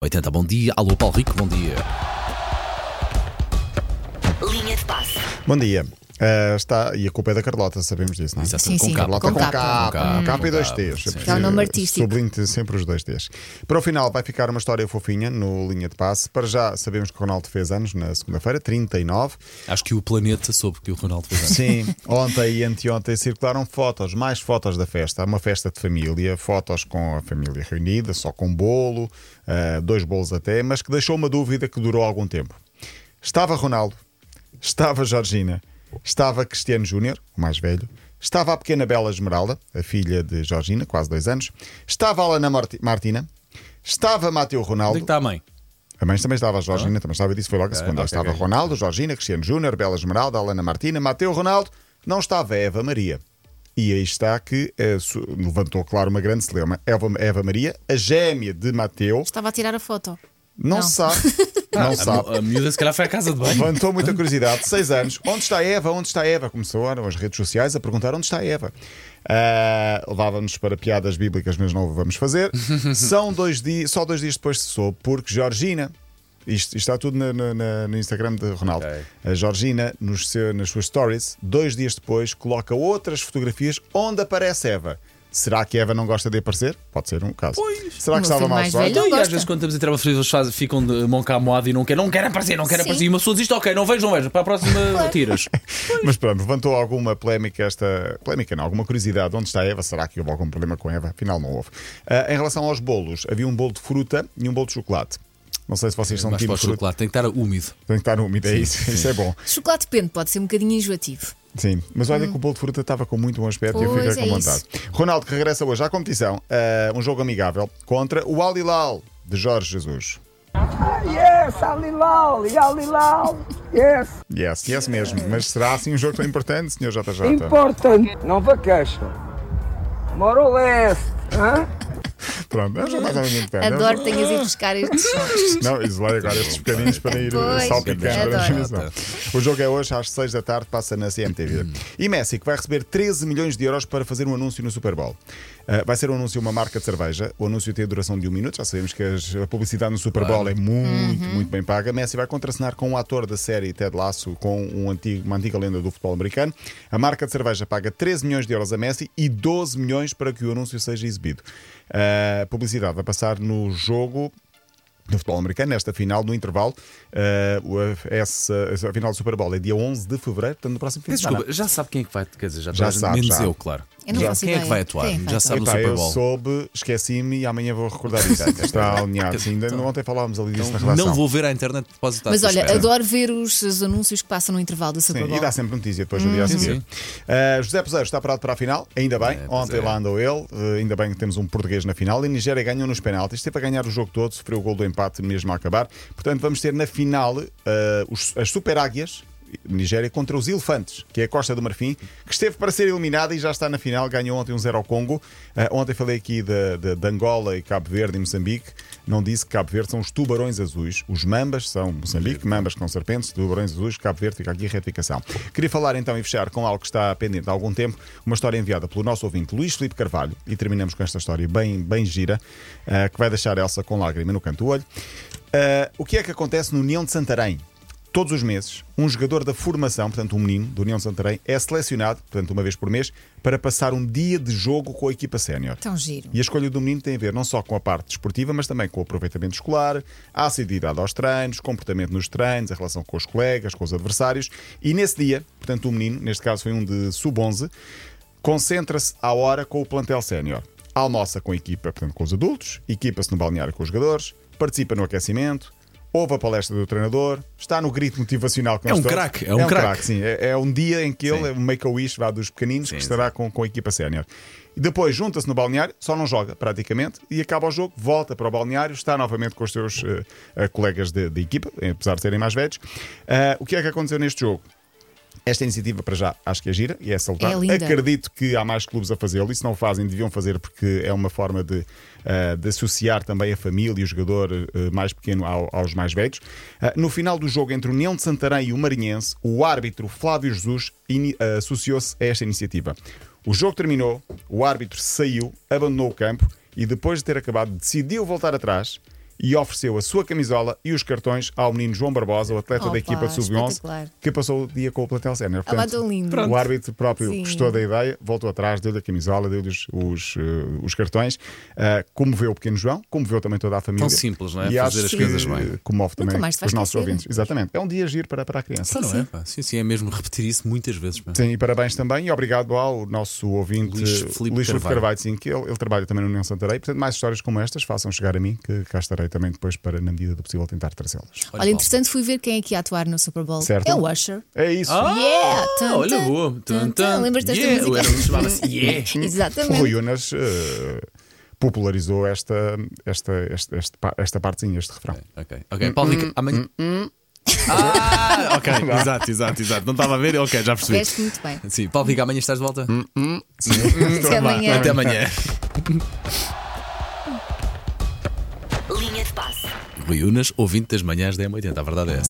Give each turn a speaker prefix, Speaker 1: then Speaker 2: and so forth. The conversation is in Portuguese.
Speaker 1: 80, bom dia. Alô, Paulo Rico, bom dia.
Speaker 2: Linha de passe.
Speaker 3: Bom dia. Ah, está, e a culpa é da Carlota, sabemos disso, não é?
Speaker 1: Exato,
Speaker 4: Sim,
Speaker 1: com
Speaker 4: sim.
Speaker 1: Carlota.
Speaker 3: Carlota com, K,
Speaker 4: Com K.
Speaker 3: com K e dois
Speaker 1: Hum.
Speaker 3: T's.
Speaker 1: Sim.
Speaker 4: Que é o nome artístico.
Speaker 3: Sublinho sempre os dois T's. Para o final vai ficar uma história fofinha no linha de passe. Para já sabemos que o Ronaldo fez anos na segunda-feira, 39.
Speaker 1: Acho que o planeta soube que o Ronaldo fez antes.
Speaker 3: Sim, ontem e anteontem circularam fotos, mais fotos da festa. Há Uma festa de família, fotos com a família reunida, só com bolo, ah, dois bolos até, mas que deixou uma dúvida que durou algum tempo. Estava Ronaldo, estava Georgina, estava Cristiano Júnior, o mais velho, estava a pequena Bela Esmeralda, a filha de Georgina, quase dois anos, estava a Lana Marti- Martina, estava Mateu
Speaker 1: Onde é
Speaker 3: Ronaldo.
Speaker 1: que está a mãe?
Speaker 3: A mãe também estava, a Georgina também estava, disse foi logo a
Speaker 1: Ok,
Speaker 3: segunda.
Speaker 1: Ah. ok,
Speaker 3: estava
Speaker 1: ok.
Speaker 3: Ronaldo, Georgina, Cristiano Júnior, Bela Esmeralda, Alana Martina, Mateu Ronaldo, não estava Eva Maria. E aí está que eh, su- levantou, claro, uma grande celeuma. Eva, Eva Maria, a gêmea de Mateu,
Speaker 4: Estava a tirar a foto.
Speaker 3: não,
Speaker 4: Não.
Speaker 3: se sabe, não se sabe.
Speaker 1: A, a miúda se calhar foi à casa de banho.
Speaker 3: Levantou muita curiosidade, seis anos. Onde está a Eva? Onde está a Eva? Começaram as redes sociais a perguntar onde está a Eva. Ah, Levávamos para piadas bíblicas, mas não o vamos fazer. São dois dias, só dois dias depois se soube, porque Georgina. Isto, isto está tudo na- na- na- no Instagram de Ronaldo.
Speaker 1: Ok.
Speaker 3: A Georgina, nos seu- nas suas stories, dois dias depois, coloca outras fotografias onde aparece Eva. Será que Eva não gosta de aparecer? Pode ser um caso. Será
Speaker 4: O
Speaker 3: que
Speaker 4: meu
Speaker 3: estava mal
Speaker 4: filho mais
Speaker 3: sorte?
Speaker 4: velho-
Speaker 1: Então,
Speaker 4: Não
Speaker 1: e às
Speaker 4: gosta.
Speaker 1: vezes quando estamos em trabalho frio, eles faz- ficam de mão cá à moada e não querem, não querem aparecer, não querem
Speaker 4: Sim.
Speaker 1: aparecer. E uma pessoa diz isto, ok, não vejam, vejam, para a próxima tiras.
Speaker 3: Mas pronto, levantou alguma polémica esta. Polémica não, alguma curiosidade. Onde está a Eva? Será que houve algum problema com a Eva? Afinal, não houve. Ah, em relação aos bolos, havia um bolo de fruta e um bolo de chocolate. Não sei se vocês são
Speaker 1: É, Mas para o
Speaker 3: time de fruta.
Speaker 1: chocolate tem que estar úmido.
Speaker 3: Tem que estar úmido, é
Speaker 1: Sim,
Speaker 3: isso.
Speaker 1: sim.
Speaker 3: Isso é bom.
Speaker 4: Chocolate pente pode ser um bocadinho enjoativo.
Speaker 3: Sim. Mas
Speaker 1: Hum.
Speaker 3: olha que o bolo de fruta estava com muito bom aspecto e eu
Speaker 4: Pois,
Speaker 3: fiquei com
Speaker 4: é
Speaker 3: vontade. Ronaldo, que regressa hoje à competição, ah, um jogo amigável contra o Al Hilal de Jorge Jesus.
Speaker 5: Yes, Alilal, Alilal. Yes,
Speaker 3: Yes, yes mesmo. Mas será assim um jogo tão importante, Sr. JJ?
Speaker 5: important. Não vacation. More or less. Hã?
Speaker 3: Pronto, é um jogo mais ou menos importante. É um
Speaker 4: Adoro que tenhas ido buscar estes sons.
Speaker 3: Não, isolei agora estes bocadinhos para ir eh,
Speaker 4: Pois,
Speaker 3: salpicando.
Speaker 4: adoro.
Speaker 3: Não. O jogo é hoje às 6 da tarde, passa na CMTV. E Messi, que vai receber 13 milhões de euros para fazer um anúncio no Super Bowl. Ah, vai ser um anúncio, uma marca de cerveja. O anúncio tem a duração de um minuto. Já sabemos que as- a publicidade no Super Bowl é muito,
Speaker 4: Uhum.
Speaker 3: muito bem paga. Messi vai contracenar com um ator da série Ted Lasso, com um antigo- uma antiga lenda do futebol americano. A marca de cerveja paga 13 milhões de euros a Messi e 12 milhões para que o anúncio seja exibido. Ah, A publicidade vai passar no jogo no futebol americano, nesta final, no intervalo, eh, o F- essa, a final do Super Bowl é dia 11 de fevereiro, portanto, no próximo fim de semana.
Speaker 1: Desculpa, já sabe quem é que vai. Quer dizer, já,
Speaker 3: Já
Speaker 1: toda a gente-
Speaker 3: sabe,
Speaker 1: Menos
Speaker 3: já.
Speaker 1: eu, claro.
Speaker 4: Eu não
Speaker 1: já,
Speaker 4: faço
Speaker 1: quem é que
Speaker 4: ideia.
Speaker 1: vai atuar?
Speaker 4: Quem é que
Speaker 1: já
Speaker 4: vai
Speaker 1: sabe no
Speaker 3: Epá,
Speaker 1: Super
Speaker 3: eu
Speaker 1: Bowl.
Speaker 3: soube, esqueci-me e amanhã vou recordar isso. Está alinhado. Sim, ainda não ontem falávamos ali disso na
Speaker 1: Não,
Speaker 3: relação.
Speaker 1: então. não vou ver à internet por causa da
Speaker 4: Mas olha,
Speaker 1: espera.
Speaker 4: adoro ver os, os anúncios que passam no intervalo do Super
Speaker 3: Sim,
Speaker 4: Bowl.
Speaker 3: e dá sempre notícia depois no dia a seguir.
Speaker 1: Hum. sim.
Speaker 3: Eh, José Peseiro está parado para a final, ainda bem.
Speaker 1: É, pois
Speaker 3: Ontem
Speaker 1: é.
Speaker 3: lá andou ele, eh, ainda bem que temos um português na final. E a Nigéria ganhou nos penaltis, esteve a ganhar o jogo todo, sofreu o gol do empate mesmo a acabar. Portanto, vamos ter na final eh, os- as Super Águias. Nigéria contra os Elefantes, que é a Costa do Marfim, que esteve para ser eliminada e já está na final, ganhou ontem um 0 ao Congo. Eh, ontem falei aqui de, de- de Angola e Cabo Verde e Moçambique. Não disse que Cabo Verde são os tubarões azuis, os mambas são Moçambique, mambas que não serpentes, tubarões azuis, Cabo Verde fica aqui a retificação. Queria falar então e fechar com algo que está pendente há algum tempo, uma história enviada pelo nosso ouvinte Luís Filipe Carvalho, e terminamos com esta história bem, bem gira, eh, que vai deixar Elsa com lágrima no canto do olho. Eh, o que é que acontece no União de Santarém? Todos os meses, um jogador da formação, portanto um menino do União de Santarém, é selecionado, portanto uma vez por mês, para passar um dia de jogo com a equipa sénior.
Speaker 4: Tão giro.
Speaker 3: E a escolha do menino tem a ver não só com a parte desportiva, mas também com o aproveitamento escolar, a assiduidade aos treinos, comportamento nos treinos, a relação com os colegas, com os adversários. E nesse dia, portanto, o menino, neste caso foi um de sub-11, concentra-se à hora com o plantel sénior. Almoça com a equipa, portanto, com os adultos, equipa-se no balneário com os jogadores, participa no aquecimento, ouve a palestra do treinador, está no grito motivacional que
Speaker 1: É
Speaker 3: nós
Speaker 1: um
Speaker 3: todos-
Speaker 1: craque, é um craque.
Speaker 3: Sim, é, é um dia em que ele
Speaker 1: Sim.
Speaker 3: é um make-a-wish vá, dos pequeninos que
Speaker 1: Sim,
Speaker 3: estará com, com a equipa sénior. E depois junta-se no balneário, só não joga praticamente, e acaba o jogo, volta para o balneário, está novamente com os seus eh, eh, colegas de, de equipa, apesar de serem mais velhos. Ah, o que é que aconteceu neste jogo? Esta iniciativa, para já, acho que é gira e é salutar.
Speaker 4: É linda.
Speaker 3: Acredito que há mais clubes a fazê-lo e se não o fazem, deviam fazer porque é uma forma de, ah, de associar também a família e o jogador ah, mais pequeno ao- aos mais velhos. Ah, no final do jogo entre o União de Santarém e o Marinhense, o árbitro Flávio Jesus ini- ah, associou-se a esta iniciativa. O jogo terminou, o árbitro saiu, abandonou o campo e depois de ter acabado, decidiu voltar atrás e ofereceu a sua camisola e os cartões ao menino João Barbosa, o atleta da
Speaker 4: Opa,
Speaker 3: equipa de sub-11,
Speaker 4: espetacular.
Speaker 3: que passou o dia com o plantel sénior.
Speaker 4: Ah, lá tão lindo.
Speaker 3: O árbitro próprio
Speaker 4: Sim.
Speaker 3: gostou da ideia, voltou atrás, deu-lhe a camisola, deu-lhe os, os, eh, os cartões, Ah, comoveu o pequeno João, comoveu também toda a família.
Speaker 1: Tão simples, não é?
Speaker 3: E
Speaker 1: Fazer
Speaker 3: acho
Speaker 1: as
Speaker 3: que
Speaker 1: coisas bem.
Speaker 3: Comove também
Speaker 4: mais te vais
Speaker 3: os nossos
Speaker 4: esquecer.
Speaker 3: ouvintes. Exatamente. É um dia giro para, para a criança.
Speaker 1: Pá, não é, pá. Sim, sim, é mesmo repetir isso muitas vezes. pá.
Speaker 3: Sim, e parabéns também e obrigado ao nosso ouvinte
Speaker 1: Luís Filipe
Speaker 3: Luís
Speaker 1: Carvalho.
Speaker 3: sim, que ele, ele trabalha também no União Santarei. Portanto, mais histórias como estas façam chegar a mim, que cá estarei também depois para, na medida do possível, tentar trazê-las.
Speaker 4: Olha, entretanto, fui ver quem é que ia atuar no Super Bowl.
Speaker 3: Certo.
Speaker 4: É o Usher.
Speaker 3: É isso.
Speaker 1: Ah,
Speaker 4: Yeah, tan,
Speaker 1: olha
Speaker 4: tan,
Speaker 1: boa.
Speaker 4: tan, tan. Lembras desta
Speaker 1: yeah.
Speaker 4: música?
Speaker 1: O Era, chamava-se Yeah.
Speaker 3: O
Speaker 4: Exatamente.
Speaker 3: Rui Unas eh, popularizou esta, esta, esta, este pa- esta partezinha, este refrão.
Speaker 1: Ok, ok. Paulo Rica- amanhã. Ah, ok, exato, exato, exato. Não estava a ver? Ok, já percebi.
Speaker 4: Veste muito bem.
Speaker 1: Sim, Paulo Rica, amanhã estás de volta?
Speaker 4: Até amanhã.
Speaker 1: Até amanhã.
Speaker 2: Linha de passe.
Speaker 1: Rui Unas, ouvinte das manhãs da M80, a verdade é essa.